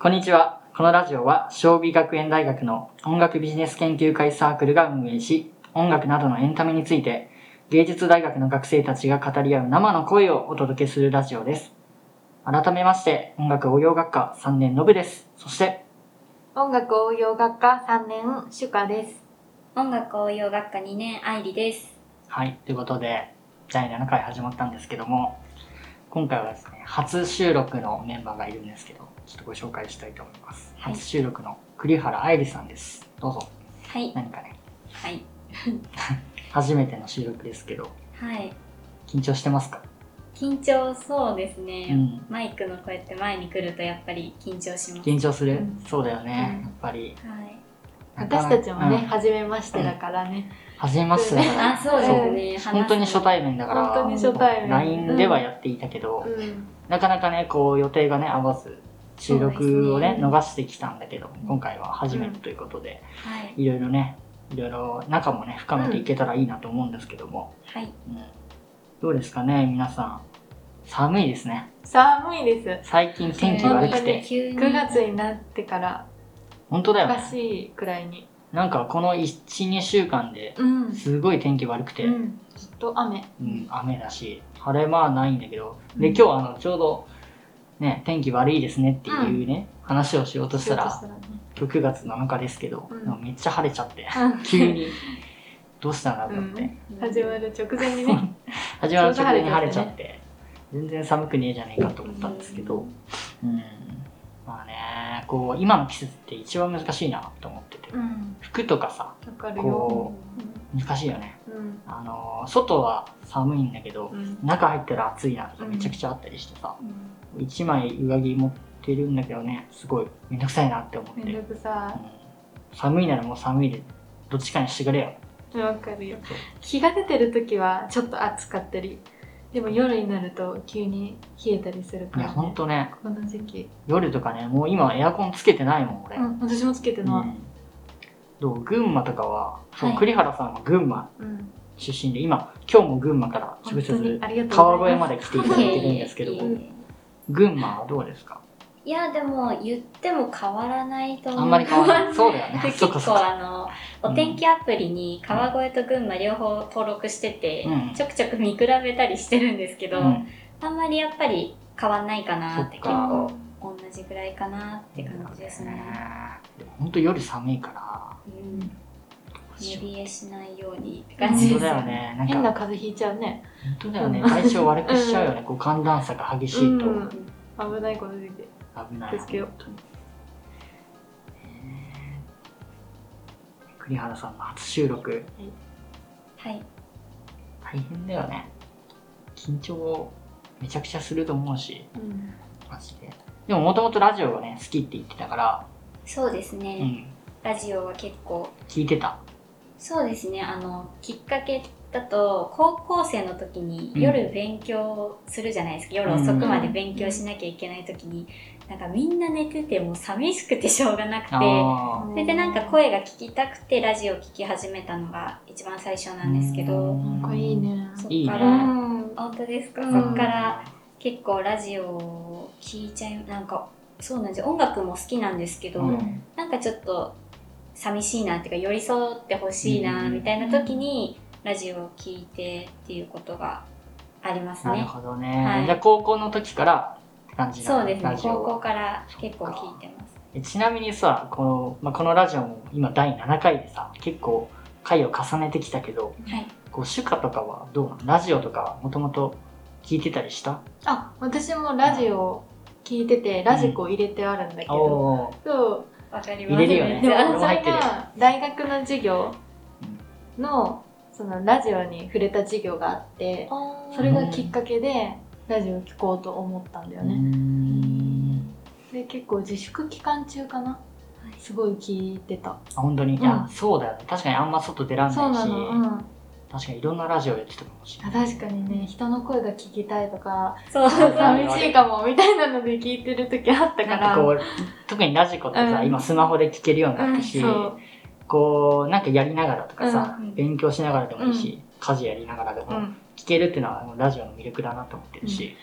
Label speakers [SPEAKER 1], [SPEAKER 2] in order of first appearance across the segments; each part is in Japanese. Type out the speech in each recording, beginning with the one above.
[SPEAKER 1] こんにちは。このラジオは、将美学園大学の音楽ビジネス研究会サークルが運営し、音楽などのエンタメについて、芸術大学の学生たちが語り合う生の声をお届けするラジオです。改めまして、音楽応用学科3年の部です。そして、
[SPEAKER 2] 音楽応用学科3年主科です
[SPEAKER 3] 音楽応用学科2年愛理です。
[SPEAKER 1] はい、ということで、第7回始まったんですけども、今回はですね、初収録のメンバーがいるんですけど、ちょっとご紹介したいと思います。
[SPEAKER 3] はい
[SPEAKER 1] 初収録の栗原愛理さんです。どうぞ、
[SPEAKER 3] はい。
[SPEAKER 1] 何かね、
[SPEAKER 3] はい。
[SPEAKER 1] 初めての収録ですけど、
[SPEAKER 3] はい。
[SPEAKER 1] 緊張してますか
[SPEAKER 3] 緊張そうです
[SPEAKER 1] う
[SPEAKER 3] ね。
[SPEAKER 1] ん。
[SPEAKER 3] マイクのこうやって前に来るとやっぱり緊張します。
[SPEAKER 1] 緊張する、
[SPEAKER 2] うん
[SPEAKER 1] そうだよね、
[SPEAKER 2] うん
[SPEAKER 1] やっぱり。
[SPEAKER 3] はい。
[SPEAKER 2] 私たちもね、
[SPEAKER 1] うん
[SPEAKER 2] 初めましてだからね、
[SPEAKER 1] 初めましてだから
[SPEAKER 3] あ、そうですね。話す
[SPEAKER 1] 本当に初対面だから、
[SPEAKER 2] 本当に初対面
[SPEAKER 1] LINE ではやっていたけど、
[SPEAKER 2] うん
[SPEAKER 1] なかなかね、こう予定がね、合わず、収録をね、
[SPEAKER 3] そうですね
[SPEAKER 1] 逃してきたんだけど、
[SPEAKER 3] ん
[SPEAKER 1] 今回は初めてということで、
[SPEAKER 3] はい。
[SPEAKER 1] いろいろね、いろいろ仲もね、深めていけたらいいなと思うんですけども、
[SPEAKER 3] はい。
[SPEAKER 1] うんどうですかね、皆さん。寒いですね。
[SPEAKER 2] 寒いです
[SPEAKER 1] 最近天気悪くて。
[SPEAKER 3] 急に。
[SPEAKER 2] 9月になってから
[SPEAKER 1] 本当だ
[SPEAKER 2] お
[SPEAKER 1] よ
[SPEAKER 2] か
[SPEAKER 1] ね。
[SPEAKER 2] しいくらいに
[SPEAKER 1] なんかこの1、2週間で、
[SPEAKER 2] うん、
[SPEAKER 1] すごい天気悪くて、
[SPEAKER 2] う
[SPEAKER 1] うん
[SPEAKER 2] ん、ずっと雨
[SPEAKER 1] 雨だし、晴れ間はないんだけど、で、
[SPEAKER 2] うん
[SPEAKER 1] 今日あの、ちょうど、ね、天気悪いですねっていうね、話をしようとしたら、
[SPEAKER 2] ね
[SPEAKER 1] 今日9月7日ですけど、
[SPEAKER 2] うん
[SPEAKER 1] なんかめっちゃ晴れちゃって、
[SPEAKER 2] うん
[SPEAKER 1] 急に、どうしたんだろうって。
[SPEAKER 2] 始まる直前にね
[SPEAKER 1] 始まる直前に晴れちゃって全然寒くねえじゃねえかと思ったんですけどうんまあねこう今の季節って一番難しいなと思ってて
[SPEAKER 2] うん
[SPEAKER 1] 服とかさ
[SPEAKER 2] わかるよ
[SPEAKER 1] こう難しいよね
[SPEAKER 2] うん
[SPEAKER 1] あの外は寒いんだけど
[SPEAKER 2] うん
[SPEAKER 1] 中入ったら暑いなとかめちゃくちゃあったりしてさ1枚上着持ってるんだけどねすごいめんどくさいなって思っ
[SPEAKER 2] め
[SPEAKER 1] て、
[SPEAKER 2] ん
[SPEAKER 1] う
[SPEAKER 2] ど
[SPEAKER 1] ん、
[SPEAKER 2] くさ
[SPEAKER 1] 寒いならもう寒いでどっちかにしてくれよ
[SPEAKER 2] いわかるよ日が出てる時はちょっと暑かったりでも夜になると急に冷えたりする
[SPEAKER 1] い
[SPEAKER 2] から、
[SPEAKER 1] や
[SPEAKER 2] ね、
[SPEAKER 1] ほんとね
[SPEAKER 2] この時期、
[SPEAKER 1] 夜とかねもう今エアコンつけてないもん俺、
[SPEAKER 2] うん、私もつけて
[SPEAKER 1] う
[SPEAKER 2] なん
[SPEAKER 1] どう群馬とかは、そう
[SPEAKER 3] はい
[SPEAKER 1] 栗原さんは群馬
[SPEAKER 2] い、うん、
[SPEAKER 1] 出身で今今日も群馬から直
[SPEAKER 2] 本当
[SPEAKER 1] 接
[SPEAKER 2] にありがとう
[SPEAKER 1] 川
[SPEAKER 2] ござい
[SPEAKER 1] 越ま
[SPEAKER 2] ます
[SPEAKER 1] で来ていただいてるんですけど
[SPEAKER 3] いえいえいえ
[SPEAKER 1] 群馬はどうですか
[SPEAKER 3] いや、でも言っても変わらないと思う。
[SPEAKER 1] あんまり変わらないそうだよ
[SPEAKER 3] で
[SPEAKER 1] ね
[SPEAKER 3] 結
[SPEAKER 1] そっかそっ
[SPEAKER 3] 構
[SPEAKER 1] か
[SPEAKER 3] あのお天気アプリに川越と群馬両方登録してて、
[SPEAKER 1] うん
[SPEAKER 3] ちょくちょく見比べたりしてるんですけど、
[SPEAKER 1] うん
[SPEAKER 3] あんまりやっぱり変わんないかなって
[SPEAKER 1] そっ
[SPEAKER 3] 結
[SPEAKER 1] か
[SPEAKER 3] 構同じぐらいかなって感じですね。
[SPEAKER 1] でも本当夜寒いから
[SPEAKER 3] うん、無
[SPEAKER 1] 本
[SPEAKER 3] 理えしないようにって感じで
[SPEAKER 1] 当
[SPEAKER 3] す
[SPEAKER 1] だよ
[SPEAKER 3] よね。
[SPEAKER 1] ねなんか
[SPEAKER 2] 変な
[SPEAKER 1] 本
[SPEAKER 2] 風邪ひいちゃうね
[SPEAKER 1] 当だよね体調悪くしちゃうよね、こう寒暖差が激しいと
[SPEAKER 2] うん危ないこの時期
[SPEAKER 1] 危ない、
[SPEAKER 2] 気をつけよう
[SPEAKER 1] 本当にねえ栗原さんの初収録
[SPEAKER 3] はい、
[SPEAKER 1] 大変だよね緊張めちゃくちゃすると思うし
[SPEAKER 2] うん
[SPEAKER 1] マジででももともとラジオがね好きって言ってたから、
[SPEAKER 3] そうです
[SPEAKER 1] う
[SPEAKER 3] ね、
[SPEAKER 1] ん、
[SPEAKER 3] ラジオは結構
[SPEAKER 1] 聞いてた
[SPEAKER 3] そうですねあのきっかけだと高校生の時に
[SPEAKER 1] うん
[SPEAKER 3] 夜勉強するじゃないですか、夜遅くまで勉強しなきゃいけない時に、なんかみんな寝てても寂しくてしょうがなくて
[SPEAKER 1] あ
[SPEAKER 3] それでなんか声が聞きたくてラジオ聞き始めたのが一番最初なんですけ
[SPEAKER 1] う
[SPEAKER 3] ど
[SPEAKER 1] ん
[SPEAKER 2] かいいね
[SPEAKER 3] そっ
[SPEAKER 1] いいね
[SPEAKER 3] か
[SPEAKER 2] う
[SPEAKER 3] ら
[SPEAKER 2] ん
[SPEAKER 3] 本当ですか、
[SPEAKER 2] うん
[SPEAKER 3] そっから結構ラジオを聞いちゃいなんかそうなんですよ音楽も好きなんですけど、
[SPEAKER 1] うん
[SPEAKER 3] なんかちょっと寂しいなっていうか寄り添ってほしいな
[SPEAKER 1] うん
[SPEAKER 3] みたいな時にラジオを聞いてっていうことがあります
[SPEAKER 1] なる
[SPEAKER 3] ね。
[SPEAKER 1] ほどね、
[SPEAKER 3] はい
[SPEAKER 1] じゃあ高校の時からって感じな
[SPEAKER 3] そ
[SPEAKER 1] の
[SPEAKER 3] うです
[SPEAKER 1] ラ
[SPEAKER 3] ね。
[SPEAKER 1] ジ
[SPEAKER 3] 高校
[SPEAKER 1] オ
[SPEAKER 3] から結構聞いてます。
[SPEAKER 1] えちなみにさこの,、まあ、このラジオも今第7回でさ結構回を重ねてきたけど
[SPEAKER 3] はい。
[SPEAKER 1] こう主歌とかはどうなのラジオとかはもともと聞いてたりした
[SPEAKER 2] あ私もラジオ聞いててラジコ入れてあるんだけど、
[SPEAKER 1] おー
[SPEAKER 2] そう
[SPEAKER 3] わかります。
[SPEAKER 1] 入れるよね
[SPEAKER 2] でも
[SPEAKER 1] 俺も
[SPEAKER 2] そ
[SPEAKER 1] 入
[SPEAKER 2] れ
[SPEAKER 1] ってる
[SPEAKER 2] が大学の授業のそのラジオに触れた授業があって
[SPEAKER 3] あー
[SPEAKER 2] それがきっかけでラジオ聞こうと思ったんだよ
[SPEAKER 1] うー
[SPEAKER 2] ね、
[SPEAKER 1] ん
[SPEAKER 2] で結構自粛期間中かなすごい聞いてた
[SPEAKER 1] あ本当にいや、
[SPEAKER 2] うん
[SPEAKER 1] そうだよね確かにあんま外出らんないし
[SPEAKER 2] そうなの、うん、
[SPEAKER 1] 確かにいろんなラジオやってたかもしれない
[SPEAKER 2] 確かにね人の声が聞きたいとか
[SPEAKER 3] そうそうそう。
[SPEAKER 2] 寂しいかもみたいなので聞いてる時あったか
[SPEAKER 1] なん
[SPEAKER 2] ら
[SPEAKER 1] かこう特にラジコってさ、
[SPEAKER 2] うん
[SPEAKER 1] 今スマホで聴けるようになったし、
[SPEAKER 2] うんそう
[SPEAKER 1] こうなんかやりながらとかさ、
[SPEAKER 3] うん
[SPEAKER 1] 勉強しながらでもいいし、家事やりながらでも
[SPEAKER 2] うん
[SPEAKER 1] 聴けるっていうのはあのラジオの魅力だなと思ってるし、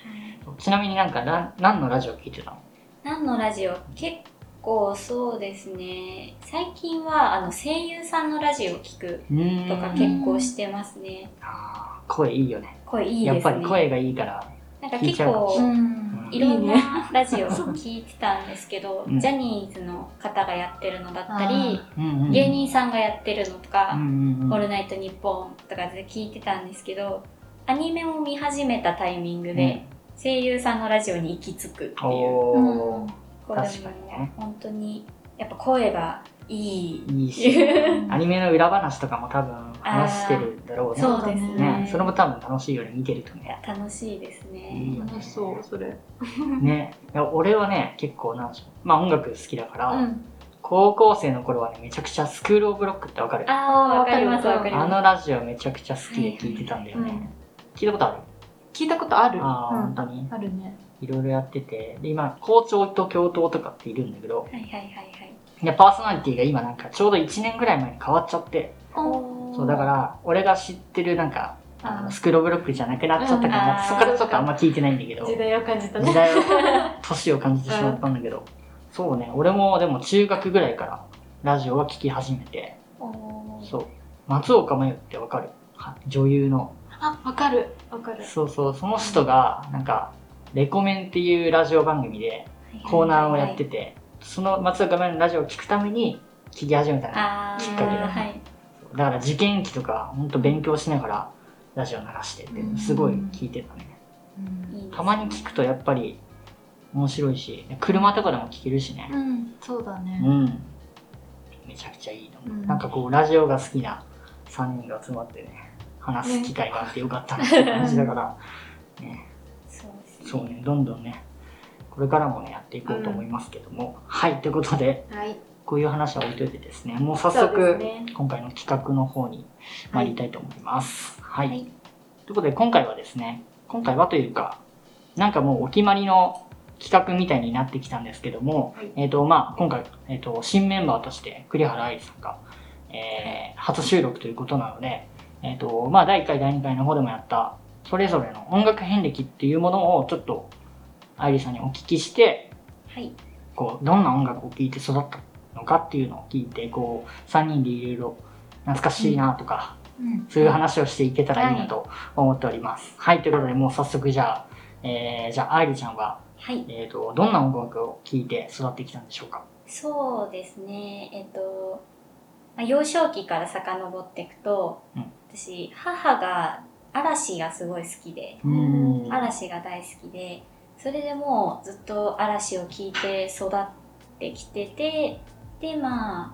[SPEAKER 1] ちなみになんかな何のラジオ聴いてたの
[SPEAKER 3] 何のラジオ結構そうですね最近はあの声優さんのラジオを聞く
[SPEAKER 1] うーん
[SPEAKER 3] とか結構してますね
[SPEAKER 1] あー声いいよね
[SPEAKER 3] 声いい
[SPEAKER 1] や
[SPEAKER 3] で
[SPEAKER 1] っ
[SPEAKER 3] す
[SPEAKER 1] ぱり
[SPEAKER 3] ね
[SPEAKER 1] 声がいいから
[SPEAKER 3] なんか
[SPEAKER 1] 聞いち
[SPEAKER 3] 結
[SPEAKER 1] ゃうかも
[SPEAKER 3] 構
[SPEAKER 2] ん
[SPEAKER 3] いろん
[SPEAKER 2] いいね
[SPEAKER 3] なラジオを聞いてたんですけど、
[SPEAKER 1] うん
[SPEAKER 3] ジャニーズの方がやってるのだったり、
[SPEAKER 1] うんうん
[SPEAKER 3] 芸人さんがやってるのとか、
[SPEAKER 1] うんうん
[SPEAKER 3] オー
[SPEAKER 1] うん
[SPEAKER 3] ルナイトニッポン」とかで聞いてたんですけどアニメも見始めたタイミングで、声優さんのラジオに行き着くっていうこ
[SPEAKER 1] おー
[SPEAKER 3] れも
[SPEAKER 1] 確かにね
[SPEAKER 3] 本当にやっぱ声がいい
[SPEAKER 1] いいしアニメの裏話とかも多分話してるだろうね
[SPEAKER 3] そうですね
[SPEAKER 1] ねそれも多分楽しいよね見てると
[SPEAKER 3] い
[SPEAKER 1] ね
[SPEAKER 3] や楽しいです
[SPEAKER 1] いい
[SPEAKER 3] ね
[SPEAKER 1] よね
[SPEAKER 2] 楽しそうそれ
[SPEAKER 1] ねいや俺はね結構なんでしょうまあ音楽好きだから、
[SPEAKER 2] ん
[SPEAKER 1] 高校生の頃はねめちゃくちゃ「スクール・オブ・ロック」ってわかるあ
[SPEAKER 3] ああわかります
[SPEAKER 2] わ
[SPEAKER 3] わ
[SPEAKER 2] か
[SPEAKER 3] か
[SPEAKER 2] る
[SPEAKER 3] り
[SPEAKER 2] わ
[SPEAKER 3] ま
[SPEAKER 1] のラジオめちゃくちゃ好きで聞いてたんだよね、
[SPEAKER 2] うん
[SPEAKER 1] 聞いたことある
[SPEAKER 2] 聞いたことある
[SPEAKER 1] ああ、
[SPEAKER 2] うん
[SPEAKER 1] 本当に
[SPEAKER 2] あるね
[SPEAKER 1] いろいろやっててで今校長と教頭とかっているんだけど
[SPEAKER 3] すはいはいはいはい
[SPEAKER 1] いやパーソナリティが今なんかちょうど1年ぐらい前に変わっちゃってそうだから俺が知ってるなんかあの
[SPEAKER 2] あ
[SPEAKER 1] スクローブロックじゃなくなっちゃったから、
[SPEAKER 3] うんあー
[SPEAKER 1] そこからちょっとあんま聞いてないんだけど
[SPEAKER 2] 時代を感じた
[SPEAKER 1] 時
[SPEAKER 2] ね
[SPEAKER 1] 代を年を感じてしまったんだけど、そうね俺もでも中学ぐらいからラジオは聞き始めて
[SPEAKER 3] おー
[SPEAKER 1] そう松岡茉優ってわかるは女優の
[SPEAKER 2] あわかるわかる
[SPEAKER 1] そうそうその人がなんか「レコメン」っていうラジオ番組でコーナーをやってて、その松岡茉優のラジオを聞くために聞き始めたの
[SPEAKER 3] あ
[SPEAKER 1] きっ
[SPEAKER 3] ー
[SPEAKER 1] かけだ
[SPEAKER 3] はい
[SPEAKER 1] だから受験期とか本当勉強しながらラジオ流して
[SPEAKER 2] うん
[SPEAKER 1] てすごい聞いてたね、
[SPEAKER 3] いいですね
[SPEAKER 1] たまに聞くとやっぱり面白いし車とかでも聞けるしね
[SPEAKER 2] うんそうだ
[SPEAKER 1] う
[SPEAKER 2] ね
[SPEAKER 1] ん、めちゃくちゃいいと思う、
[SPEAKER 2] うん
[SPEAKER 1] なんかこうラジオが好きな3人が集まってね話す機会があってよかったなって感じだから、
[SPEAKER 3] そうですね
[SPEAKER 1] そうねどんどんねこれからもねやっていこうと思いますけども、はいということで
[SPEAKER 2] はい
[SPEAKER 1] こういう話は置いといてですねもう早
[SPEAKER 2] そう
[SPEAKER 1] 速、
[SPEAKER 2] ですね
[SPEAKER 1] 今回の企画の方に参りたいと思います。はい、
[SPEAKER 3] はい
[SPEAKER 1] ということで今回はですね今回はというかなんかもうお決まりの企画みたいになってきたんですけども、
[SPEAKER 2] はい
[SPEAKER 1] えーとまあ、今回、えー、と新メンバーとして栗原愛さんが、えー初収録ということなので、えーとまあ、第1回第2回の方でもやったそれぞれの音楽遍歴っていうものをちょっと愛梨さんにお聞きして
[SPEAKER 3] はい
[SPEAKER 1] こうどんな音楽を聴いて育ったのかっていうのを聞いてこう3人でいろいろ懐かしいなとか、
[SPEAKER 2] うん
[SPEAKER 1] そういう話をしていけたらいいなと思っております。はい、ということでもう早速じゃあ、えーじゃあ愛梨ちゃんは、
[SPEAKER 3] はい
[SPEAKER 1] えー、とどんな音楽を聴いて育ってきたんでしょうか
[SPEAKER 3] そうですねえっと、まあ、幼少期から遡っていくと、
[SPEAKER 1] うん
[SPEAKER 3] 私母が嵐がすごい好きで
[SPEAKER 1] うーん
[SPEAKER 3] 嵐が大好きでそれでもうずっと嵐を聴いて育ってきててでまあ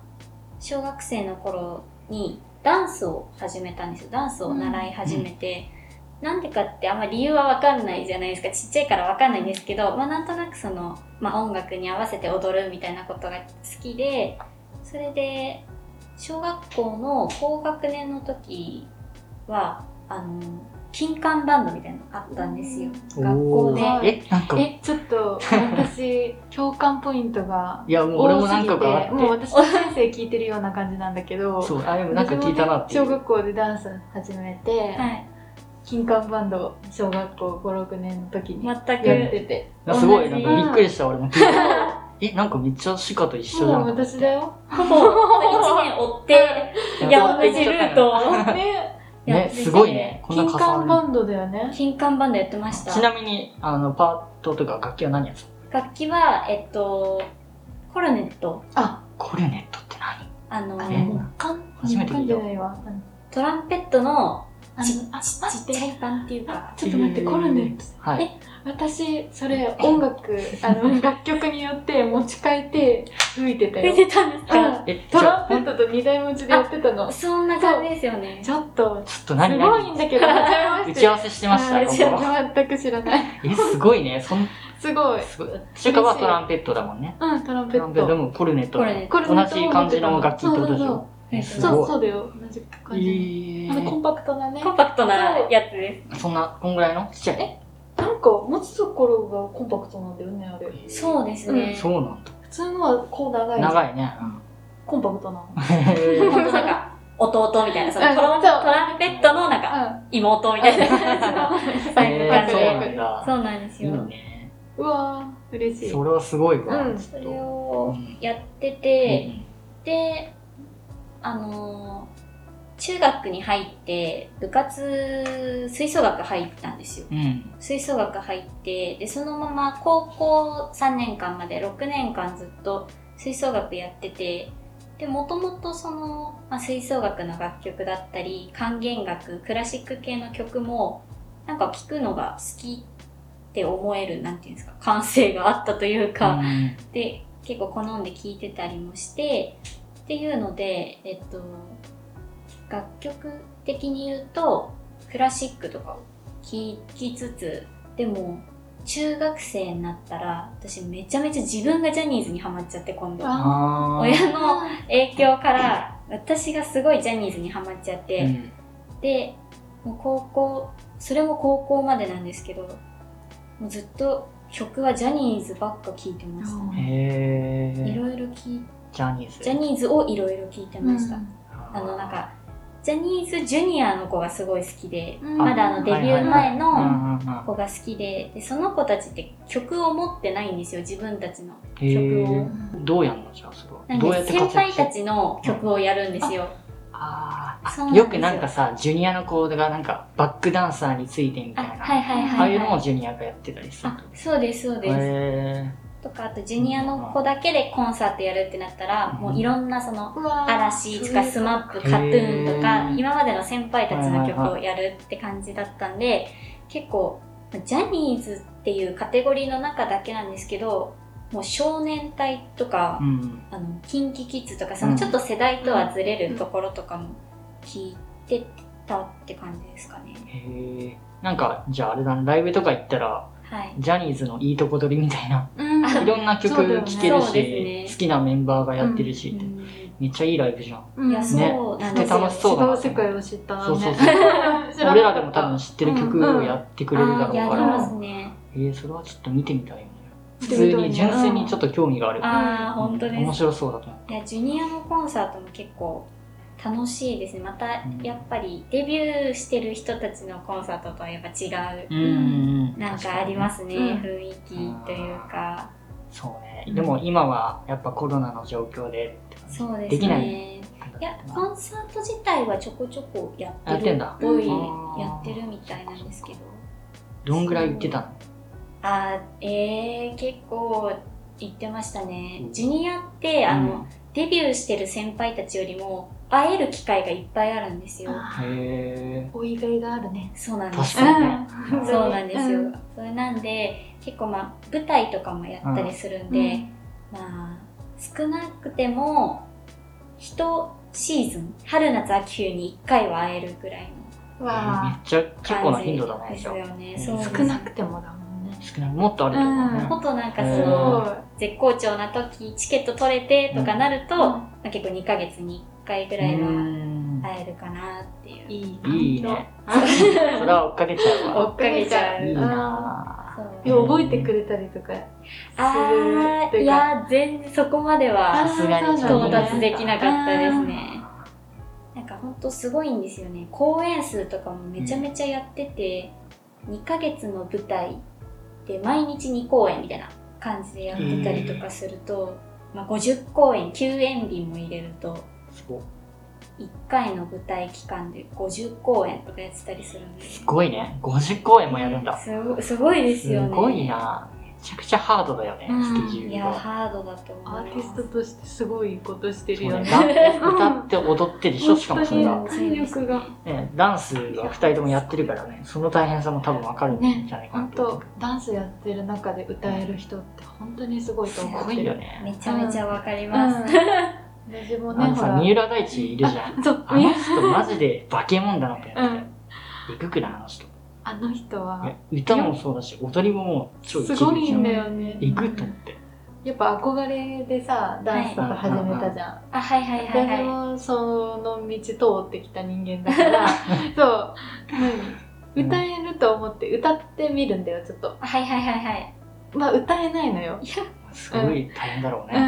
[SPEAKER 3] 小学生の頃にダンスを始めたんですよダンスを習い始めて、なんでかってあんまり理由はわかんないじゃないですかちっちゃいからわかんないんですけど、まあ、なんとなくその、まあ、音楽に合わせて踊るみたいなことが好きでそれで小学校の高学年の時はあの金管バンドみたいなのあったんですよ。学校で
[SPEAKER 1] おーえなんかい
[SPEAKER 2] えちょっと私共感ポイントが
[SPEAKER 1] やもう俺もなんかがあ
[SPEAKER 2] もう
[SPEAKER 1] って
[SPEAKER 2] 私の人生聞いてるような感じなんだけど
[SPEAKER 1] そうあれもなんか聞いたなってい
[SPEAKER 2] 私もね小
[SPEAKER 1] う
[SPEAKER 2] 学校でダンス始めて、
[SPEAKER 3] はい
[SPEAKER 2] 金管バンドを小学校56年の時にやっ
[SPEAKER 3] 全く、
[SPEAKER 2] てて、
[SPEAKER 1] いやすごい
[SPEAKER 3] 同
[SPEAKER 1] なん
[SPEAKER 3] じ
[SPEAKER 1] かびっくりした俺も聞いたえなんかめっちゃシカと一緒じゃ
[SPEAKER 2] も
[SPEAKER 1] ん
[SPEAKER 2] う私だよ
[SPEAKER 3] ほぼ1年追って、い や、同じルートを
[SPEAKER 2] ね
[SPEAKER 3] や
[SPEAKER 1] ね
[SPEAKER 3] ってて
[SPEAKER 1] すごいねこんな
[SPEAKER 2] 金
[SPEAKER 1] 重
[SPEAKER 2] 管
[SPEAKER 1] な
[SPEAKER 2] バンドだよね
[SPEAKER 3] 金管バンドやってまし
[SPEAKER 1] る
[SPEAKER 3] た。
[SPEAKER 1] ちなみにあのパートとか楽器は何やつ
[SPEAKER 3] 楽器は、えっと、コルネット、
[SPEAKER 2] あ
[SPEAKER 1] コルネットって何
[SPEAKER 3] あの、
[SPEAKER 1] え
[SPEAKER 2] 木管
[SPEAKER 1] 初めて聞いた
[SPEAKER 2] 木管じゃないわうん
[SPEAKER 3] トランペットの
[SPEAKER 2] あの
[SPEAKER 3] ちち
[SPEAKER 2] あ
[SPEAKER 3] ちっちゃい版っていうか、
[SPEAKER 2] ちょっと待って
[SPEAKER 1] えー
[SPEAKER 2] コルネット
[SPEAKER 1] はい
[SPEAKER 2] 私それ音楽あの楽曲によって持ち替えて吹いてた
[SPEAKER 3] 出
[SPEAKER 2] よ
[SPEAKER 3] てたんですか、
[SPEAKER 1] えじ
[SPEAKER 2] トランペ
[SPEAKER 1] ゃあ
[SPEAKER 2] ットと二台持ちでやってたの
[SPEAKER 3] そんな感じですよね。
[SPEAKER 2] ちょっと
[SPEAKER 1] ちょっと
[SPEAKER 2] す
[SPEAKER 1] 何
[SPEAKER 2] ごい
[SPEAKER 1] 何
[SPEAKER 2] んだけど初めま
[SPEAKER 1] 打
[SPEAKER 2] して
[SPEAKER 1] ち合わせしてまし
[SPEAKER 2] あ
[SPEAKER 1] た
[SPEAKER 2] ー
[SPEAKER 1] こ
[SPEAKER 3] 打ち合わ
[SPEAKER 1] こ
[SPEAKER 2] 全く知らない
[SPEAKER 1] えすごいねそん
[SPEAKER 2] すごい
[SPEAKER 1] すごい中華はトランペットだもんね
[SPEAKER 2] うんトラン
[SPEAKER 1] ト
[SPEAKER 2] ペ
[SPEAKER 1] ラン
[SPEAKER 2] ッ
[SPEAKER 1] ペットで
[SPEAKER 2] ト
[SPEAKER 1] もコルネット
[SPEAKER 3] コルネット
[SPEAKER 2] これ
[SPEAKER 1] 同じ感じの楽器ってことでしょえ
[SPEAKER 3] そ
[SPEAKER 1] す
[SPEAKER 3] う
[SPEAKER 2] そう
[SPEAKER 1] ご
[SPEAKER 2] そうだよ同じ感じ、
[SPEAKER 1] いえ
[SPEAKER 2] あのコンパクトなね
[SPEAKER 3] コンパクトなやつで
[SPEAKER 1] ーそんなこんぐらいのちっちゃい
[SPEAKER 2] なんか持つところがコンパクトなんだよねあれ普
[SPEAKER 3] す。そうですね。
[SPEAKER 1] そうなんだ
[SPEAKER 2] 通のはこう長い
[SPEAKER 1] 長いねうん
[SPEAKER 2] コンパクトなの
[SPEAKER 1] へ
[SPEAKER 3] 本当なんか、弟みたいな、そ
[SPEAKER 2] うん
[SPEAKER 3] のトラン
[SPEAKER 2] そう
[SPEAKER 3] トランペットの なんか、妹みたいな感じの、
[SPEAKER 1] え
[SPEAKER 3] 感じ
[SPEAKER 1] そう
[SPEAKER 3] で。
[SPEAKER 1] なんだ
[SPEAKER 3] そうなんです
[SPEAKER 1] いい
[SPEAKER 3] よ。
[SPEAKER 1] ね
[SPEAKER 2] うわー嬉しい
[SPEAKER 1] それはすごいわ、
[SPEAKER 2] うん
[SPEAKER 1] ち
[SPEAKER 3] そ
[SPEAKER 1] ょっ
[SPEAKER 3] れ
[SPEAKER 1] と
[SPEAKER 3] をやって
[SPEAKER 1] う
[SPEAKER 3] て、
[SPEAKER 1] ん
[SPEAKER 3] であのー中学に入って部活吹奏楽入ったんですよ
[SPEAKER 1] うん
[SPEAKER 3] 吹奏楽入ってでそのまま高校3年間まで6年間ずっと吹奏楽やっててでもともとその、まあ、吹奏楽の楽曲だったり管弦楽クラシック系の曲もなんか聴くのが好きって思えるなんていうんですか感性があったというか、
[SPEAKER 1] うん
[SPEAKER 3] で結構好んで聴いてたりもしてっていうので、えっと、楽曲的に言うとクラシックとかを聴きつつでも中学生になったら私めちゃめちゃ自分がジャニーズにハマっちゃって今度
[SPEAKER 2] あ
[SPEAKER 1] あー
[SPEAKER 3] 親の影響から私がすごいジャニーズにハマっちゃって。
[SPEAKER 1] うん
[SPEAKER 3] でもう高校それも高校までなんですけどもうずっと曲はジャニーズばっか聴いてました、
[SPEAKER 2] うん
[SPEAKER 1] へ
[SPEAKER 3] い
[SPEAKER 1] え
[SPEAKER 3] ろいろ聴い
[SPEAKER 1] ジャニーズ
[SPEAKER 3] ジャニーズをいろいろ聴いてました、
[SPEAKER 2] うん
[SPEAKER 3] あのなんかジャニーズジュニアの子がすごい好きで
[SPEAKER 2] うん
[SPEAKER 3] まだあのデビュー前
[SPEAKER 1] うんう
[SPEAKER 3] の
[SPEAKER 1] んうん
[SPEAKER 3] 子が好きででその子たちって曲を持ってないんですよ自分たちの
[SPEAKER 1] へ
[SPEAKER 3] 曲を
[SPEAKER 1] ーどうやんのじゃあそれは
[SPEAKER 3] なん
[SPEAKER 1] どうや
[SPEAKER 3] で
[SPEAKER 1] って
[SPEAKER 3] 先
[SPEAKER 1] 活躍
[SPEAKER 3] 輩
[SPEAKER 1] して
[SPEAKER 3] たちの曲をやるんですよ
[SPEAKER 1] あー
[SPEAKER 3] そう
[SPEAKER 1] あ
[SPEAKER 3] なんです
[SPEAKER 1] よ
[SPEAKER 3] よ
[SPEAKER 1] くなんかさジュニアの子がなんかバックダンサーについてみ
[SPEAKER 3] あ
[SPEAKER 1] たいな
[SPEAKER 3] はいはい
[SPEAKER 1] ああ
[SPEAKER 3] はいいう
[SPEAKER 1] の
[SPEAKER 3] は
[SPEAKER 1] も
[SPEAKER 3] い
[SPEAKER 1] ジュニアがやってたりする
[SPEAKER 3] あそうですそうです、
[SPEAKER 1] へ
[SPEAKER 3] とかあとジュニアの子だけでコンサートやるってなったら、
[SPEAKER 1] うん
[SPEAKER 3] もういろんなその
[SPEAKER 2] うわー
[SPEAKER 3] 嵐と
[SPEAKER 2] そ
[SPEAKER 3] か
[SPEAKER 2] う
[SPEAKER 3] ス
[SPEAKER 2] いう
[SPEAKER 3] マップ
[SPEAKER 1] へー
[SPEAKER 3] カトゥーンとか今までの先輩たちの曲
[SPEAKER 1] はいはい
[SPEAKER 3] をやるって感じだったんで結構ジャニーズっていうカテゴリーの中だけなんですけどもう少年隊とか
[SPEAKER 1] ー、うん
[SPEAKER 3] あのキンキキッズとかそうの
[SPEAKER 1] ん
[SPEAKER 3] ちょっと世代とはずれるところとかも聞いてたって感じですかね。
[SPEAKER 1] へえんかじゃああれだねライブとか行ったら
[SPEAKER 3] はい、
[SPEAKER 1] ジャニーズのいいとこ取りみたい な
[SPEAKER 2] うん
[SPEAKER 1] いろんな曲
[SPEAKER 2] そうだよね
[SPEAKER 1] 聴ける
[SPEAKER 3] そ
[SPEAKER 1] し、
[SPEAKER 3] うですね
[SPEAKER 1] 好きなメンバーがやってるし、
[SPEAKER 3] うん
[SPEAKER 1] めっちゃいいライブじゃん
[SPEAKER 2] うん
[SPEAKER 3] いや
[SPEAKER 1] ね
[SPEAKER 3] そうなんですよ、
[SPEAKER 1] 楽しそうだな
[SPEAKER 2] 違う世界を知ったね
[SPEAKER 1] そうそうそう 俺らでも多分知ってる曲をやってくれるだろう
[SPEAKER 3] あーや
[SPEAKER 1] か
[SPEAKER 3] り
[SPEAKER 1] ら、
[SPEAKER 3] ますね。
[SPEAKER 1] えーそれはちょっと見てみたいよね
[SPEAKER 2] 普
[SPEAKER 1] 普通に純粋にちょっ
[SPEAKER 2] と
[SPEAKER 1] と興味がある
[SPEAKER 3] ああ、本当です。
[SPEAKER 1] 面白そうだと思う
[SPEAKER 3] いやジュニアのコンサートも結構楽しいですねまた
[SPEAKER 1] うん
[SPEAKER 3] やっぱりデビューしてる人たちのコンサートとはやっぱ違う、
[SPEAKER 1] うんうん
[SPEAKER 3] なんかありますね、
[SPEAKER 2] うん
[SPEAKER 3] 雰囲気というか
[SPEAKER 1] そうねでも今はやっぱコロナの状況でって感じ
[SPEAKER 3] そうですね
[SPEAKER 1] できない
[SPEAKER 3] いやコンサート自体はちょこちょこや
[SPEAKER 1] や
[SPEAKER 3] っ
[SPEAKER 1] って
[SPEAKER 3] て
[SPEAKER 1] ん
[SPEAKER 3] る
[SPEAKER 1] だ
[SPEAKER 3] っぽい
[SPEAKER 2] うん
[SPEAKER 3] やってるみたいなんですけど
[SPEAKER 1] どんぐらい行ってたの
[SPEAKER 3] あーえー、結構行ってましたね
[SPEAKER 1] うん
[SPEAKER 3] ジュニアってあの、デビューしてる先輩たちよりも会える機会がいっぱいあるんですよ
[SPEAKER 1] へえ
[SPEAKER 2] お意外があるね
[SPEAKER 3] そうなんです
[SPEAKER 1] 確
[SPEAKER 3] よ
[SPEAKER 1] かにね
[SPEAKER 2] うん
[SPEAKER 3] そうなんですよ、
[SPEAKER 2] うん
[SPEAKER 3] それなんで結構まあ舞台とかもやったりするんで、まあ少なくても1シーズン春夏秋冬に1回は会えるぐらいの
[SPEAKER 2] う
[SPEAKER 1] えーめ
[SPEAKER 2] わ
[SPEAKER 1] っちゃ結構な
[SPEAKER 3] 感じ
[SPEAKER 1] 頻度だね
[SPEAKER 3] です
[SPEAKER 1] じゃ
[SPEAKER 3] よ
[SPEAKER 1] あ
[SPEAKER 3] ね
[SPEAKER 1] うん
[SPEAKER 3] そうです
[SPEAKER 2] ー少なくてもだもんね
[SPEAKER 1] 少ないもっとあるってことだね
[SPEAKER 2] うん
[SPEAKER 3] もっとなんかそ
[SPEAKER 2] す
[SPEAKER 1] うん
[SPEAKER 3] の
[SPEAKER 2] ごい
[SPEAKER 3] 絶好調な時チケット取れてとかなると、
[SPEAKER 2] うん
[SPEAKER 3] まあ、結構2ヶ月に1回ぐらいは会えるかなっていう、
[SPEAKER 2] いい環
[SPEAKER 1] うん
[SPEAKER 2] 境
[SPEAKER 1] いいねそれは追っかけちゃう
[SPEAKER 3] 追
[SPEAKER 1] わ
[SPEAKER 3] っかけちゃう
[SPEAKER 1] いいな
[SPEAKER 3] そう
[SPEAKER 2] でも覚えてくれたりとかする
[SPEAKER 3] あ
[SPEAKER 2] っ
[SPEAKER 3] ー
[SPEAKER 2] て
[SPEAKER 3] い
[SPEAKER 2] か
[SPEAKER 3] や全然そこまでは
[SPEAKER 2] あ
[SPEAKER 1] さすがに
[SPEAKER 2] そうな
[SPEAKER 3] 到
[SPEAKER 2] んだ
[SPEAKER 3] 達できなかったですね。なんかほんとすごいんですよね。公演数とかもめちゃめちゃやってて、2ヶ月の舞台で毎日2公演みたいな感じでやってたりとかすると、まあ、50公演、9演日も入れると、
[SPEAKER 1] すご
[SPEAKER 3] 1回の舞台期間で50公演とかやってたりするんです
[SPEAKER 1] す。ごいね50公演もやるんだ
[SPEAKER 3] すごすごいです
[SPEAKER 1] す
[SPEAKER 3] よね。
[SPEAKER 1] ごいなめちゃくちゃハードだよね
[SPEAKER 2] うん
[SPEAKER 1] スケジュ
[SPEAKER 3] い
[SPEAKER 1] ール
[SPEAKER 3] や、
[SPEAKER 1] が
[SPEAKER 3] ハードだと思い
[SPEAKER 2] ア
[SPEAKER 3] ます。
[SPEAKER 2] ーティストとしてすごいことしてる
[SPEAKER 1] そう
[SPEAKER 2] よ
[SPEAKER 1] ね
[SPEAKER 2] ね
[SPEAKER 1] だ歌って踊ってでしょしかもそれが
[SPEAKER 2] 本当に体力が
[SPEAKER 1] ねダンスは2人ともやってるからねその大変さも多分わかるんじゃないかな
[SPEAKER 2] 本
[SPEAKER 1] と思う
[SPEAKER 2] 当ダンスやってる中で歌える人って本当にすごいと
[SPEAKER 1] す
[SPEAKER 2] 思っ
[SPEAKER 1] ご
[SPEAKER 2] て
[SPEAKER 1] いよ
[SPEAKER 2] る
[SPEAKER 1] ね
[SPEAKER 3] めちゃめちゃわかり
[SPEAKER 2] う
[SPEAKER 3] ます。
[SPEAKER 2] ん私も
[SPEAKER 1] あ
[SPEAKER 2] ね
[SPEAKER 1] の
[SPEAKER 2] ほ
[SPEAKER 1] さ
[SPEAKER 2] ら
[SPEAKER 1] 三浦大知いるじゃん
[SPEAKER 2] そう
[SPEAKER 1] あの人マジで化け物だなって
[SPEAKER 2] う
[SPEAKER 1] 思って
[SPEAKER 2] ん
[SPEAKER 1] えぐくないあの人
[SPEAKER 2] あの人は
[SPEAKER 1] ね歌もそうだし踊りももう超一
[SPEAKER 2] す
[SPEAKER 1] 流
[SPEAKER 2] ごい
[SPEAKER 1] じゃ
[SPEAKER 2] ん
[SPEAKER 1] ん
[SPEAKER 2] だよね
[SPEAKER 1] えぐっと思って
[SPEAKER 2] やっぱ憧れでさダンスとか始めたじゃん
[SPEAKER 3] あ、はいはいはい
[SPEAKER 2] 私
[SPEAKER 3] は
[SPEAKER 2] もその道通ってきた人間だからそう何歌えると思って歌ってみるんだよちょっと
[SPEAKER 3] い。はいはいはいはい。
[SPEAKER 2] まあ歌えないのよ
[SPEAKER 1] すごい大変だろうね
[SPEAKER 2] う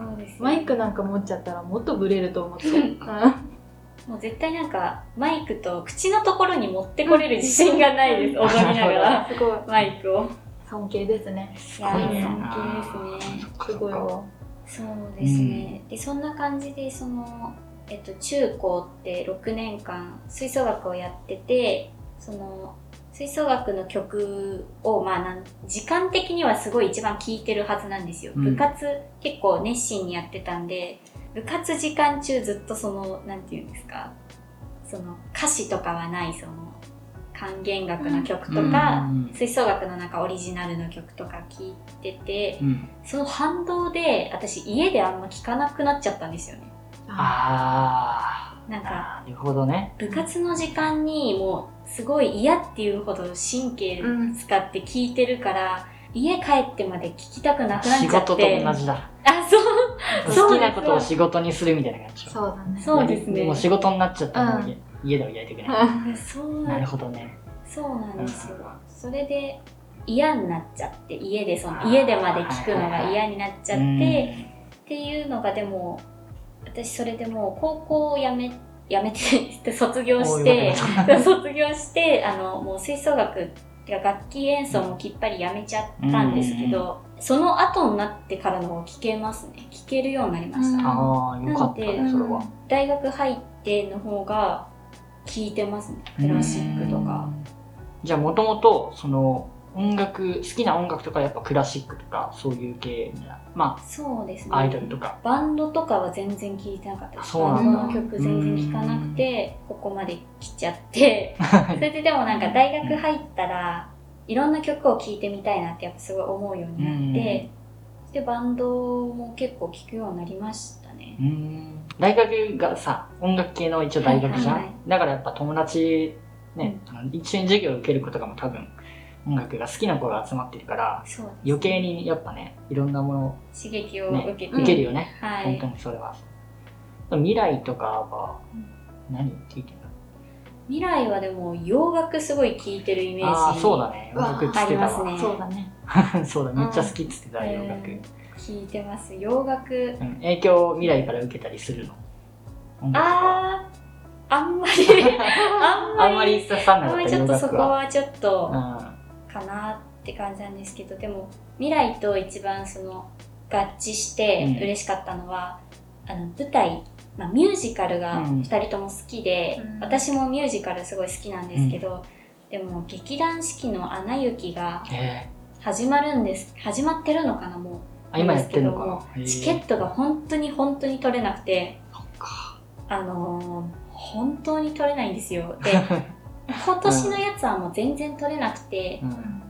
[SPEAKER 2] ん
[SPEAKER 3] そうです、
[SPEAKER 2] マイクなんか持っちゃったらもっとブレると思って、うん、
[SPEAKER 3] もう絶対なんか、マイクと口のところに持ってこれる自信がないです。踊りながら。
[SPEAKER 2] すごい
[SPEAKER 3] マイクを。
[SPEAKER 2] 尊敬ですね
[SPEAKER 3] す
[SPEAKER 1] すごいね。
[SPEAKER 3] 尊敬ですね
[SPEAKER 1] あー
[SPEAKER 2] すごい。わ
[SPEAKER 3] そうですね、でそんな感じでその、えっと、中高って6年間吹奏楽をやっててその吹奏楽の曲を、まあ、なん時間的にはすごい一番聴いてるはずなんですよ、
[SPEAKER 1] うん
[SPEAKER 3] 部活結構熱心にやってたんで部活時間中ずっとそのなんていうんですかその歌詞とかはないその管弦楽の曲とか、
[SPEAKER 1] うん
[SPEAKER 3] 吹奏楽のなんかオリジナルの曲とか聴いてて。
[SPEAKER 1] うん。
[SPEAKER 3] その反動で私家であんま聞かなくなっちゃったんですよね
[SPEAKER 2] あ
[SPEAKER 1] あ
[SPEAKER 3] なん
[SPEAKER 1] あ。
[SPEAKER 3] か
[SPEAKER 1] なるほどね。
[SPEAKER 3] 部活の時間にもうすごい嫌っていうほど神経
[SPEAKER 2] うん
[SPEAKER 3] 使って聞いてるから、家帰ってまで聞きたくなくなっちゃって
[SPEAKER 1] 仕事と同じだ。
[SPEAKER 3] あそうそう
[SPEAKER 1] 好きなことを仕事にするみたいな感じでしょ。
[SPEAKER 2] そうだね
[SPEAKER 3] そうですね
[SPEAKER 1] もう仕事になっちゃったの
[SPEAKER 2] う
[SPEAKER 1] で、家ではやりたくない。
[SPEAKER 3] そう
[SPEAKER 1] なるほどね。
[SPEAKER 3] そうなんですよ
[SPEAKER 1] うん
[SPEAKER 3] それで嫌になっちゃって家でそ
[SPEAKER 1] あー
[SPEAKER 3] の家でまで聞くのが嫌になっちゃっ
[SPEAKER 1] う
[SPEAKER 3] て、
[SPEAKER 1] ん
[SPEAKER 3] っていうのがでも私それでもう高校を辞め辞めて卒業し
[SPEAKER 1] おい
[SPEAKER 3] て
[SPEAKER 1] おい
[SPEAKER 3] 卒業してあのもう吹奏楽っていうか楽器演奏もきっぱりやめちゃったんですけど、その後になってからの方が聞けますね聞けるようになりまし
[SPEAKER 2] う
[SPEAKER 3] た、
[SPEAKER 2] ん
[SPEAKER 1] ああ、よかった
[SPEAKER 3] な
[SPEAKER 1] ね、
[SPEAKER 3] の
[SPEAKER 1] それは。
[SPEAKER 3] 大学入っての方が聞いてますねクラシックとか
[SPEAKER 1] うん。じゃあもともとその音楽好きな音楽とかやっぱクラシックとかそういう系なま
[SPEAKER 3] そうですね
[SPEAKER 1] あアイドルとか、
[SPEAKER 3] バンドとかは全然聴いてなかったです
[SPEAKER 1] そう
[SPEAKER 2] な
[SPEAKER 3] バ
[SPEAKER 2] んだ
[SPEAKER 3] ンドの曲全然聴かなくてここまで来ちゃってそれででもなんか大学入ったらいろんな曲を聴いてみたいなってやっぱすごい思うよう になってでバンドも結構聴くようになりましたね
[SPEAKER 1] うん大学がさ音楽系の一応大学じゃん、
[SPEAKER 3] はいはいは
[SPEAKER 1] だからやっぱ友達ね、あの一緒に授業を受けることがも多分音楽が好きな子が集まってるから
[SPEAKER 3] そうです
[SPEAKER 1] 余計にやっぱねいろんなも
[SPEAKER 3] 刺激
[SPEAKER 1] の
[SPEAKER 3] を
[SPEAKER 1] を、
[SPEAKER 3] 受
[SPEAKER 1] ね
[SPEAKER 3] けて、
[SPEAKER 1] 受けるよね、
[SPEAKER 3] は
[SPEAKER 1] 本当
[SPEAKER 3] い
[SPEAKER 1] にそれは未来とかは何聞いてるの
[SPEAKER 3] 未来はでも洋楽すごい聴いてるイメ
[SPEAKER 1] あ
[SPEAKER 3] ー
[SPEAKER 1] あ
[SPEAKER 3] ジ
[SPEAKER 1] そうだね音楽っつ
[SPEAKER 3] あ
[SPEAKER 1] って
[SPEAKER 3] り
[SPEAKER 1] た
[SPEAKER 3] ま
[SPEAKER 1] わ
[SPEAKER 3] すね
[SPEAKER 2] そうだね
[SPEAKER 1] そうだめっちゃ好きっつってた
[SPEAKER 3] うん
[SPEAKER 1] 洋楽、
[SPEAKER 3] 聴いてます洋楽
[SPEAKER 1] うん、影響を未来から受けたりするの音楽は
[SPEAKER 3] あーあ んまりあんま
[SPEAKER 1] あ
[SPEAKER 3] り
[SPEAKER 1] んまり刺さんな
[SPEAKER 3] あん
[SPEAKER 1] か
[SPEAKER 3] ま
[SPEAKER 1] った
[SPEAKER 3] りちょ
[SPEAKER 1] 洋
[SPEAKER 3] っとそ
[SPEAKER 1] 楽
[SPEAKER 3] こ
[SPEAKER 1] は
[SPEAKER 3] はちょっと
[SPEAKER 1] う
[SPEAKER 3] かなって感じなんですけどでも未来と一番その合致して
[SPEAKER 1] うん
[SPEAKER 3] 嬉しかったのは、あの舞台、まあ、ミュージカルが
[SPEAKER 1] うん
[SPEAKER 3] 2人とも好きで、
[SPEAKER 2] うん
[SPEAKER 3] 私もミュージカルすごい好きなんですけど、でも劇団四季の「アナ雪」が
[SPEAKER 1] んへえ
[SPEAKER 3] 始まるんです始まってるのかなも
[SPEAKER 1] あ今やってるのか
[SPEAKER 3] なん
[SPEAKER 1] なへ
[SPEAKER 3] う
[SPEAKER 1] え
[SPEAKER 3] チケットが本当に本当に取れなくて
[SPEAKER 1] そっか
[SPEAKER 3] あのー本当に取れないんですよで 今年のやつはもう全然取れなくて、
[SPEAKER 1] うん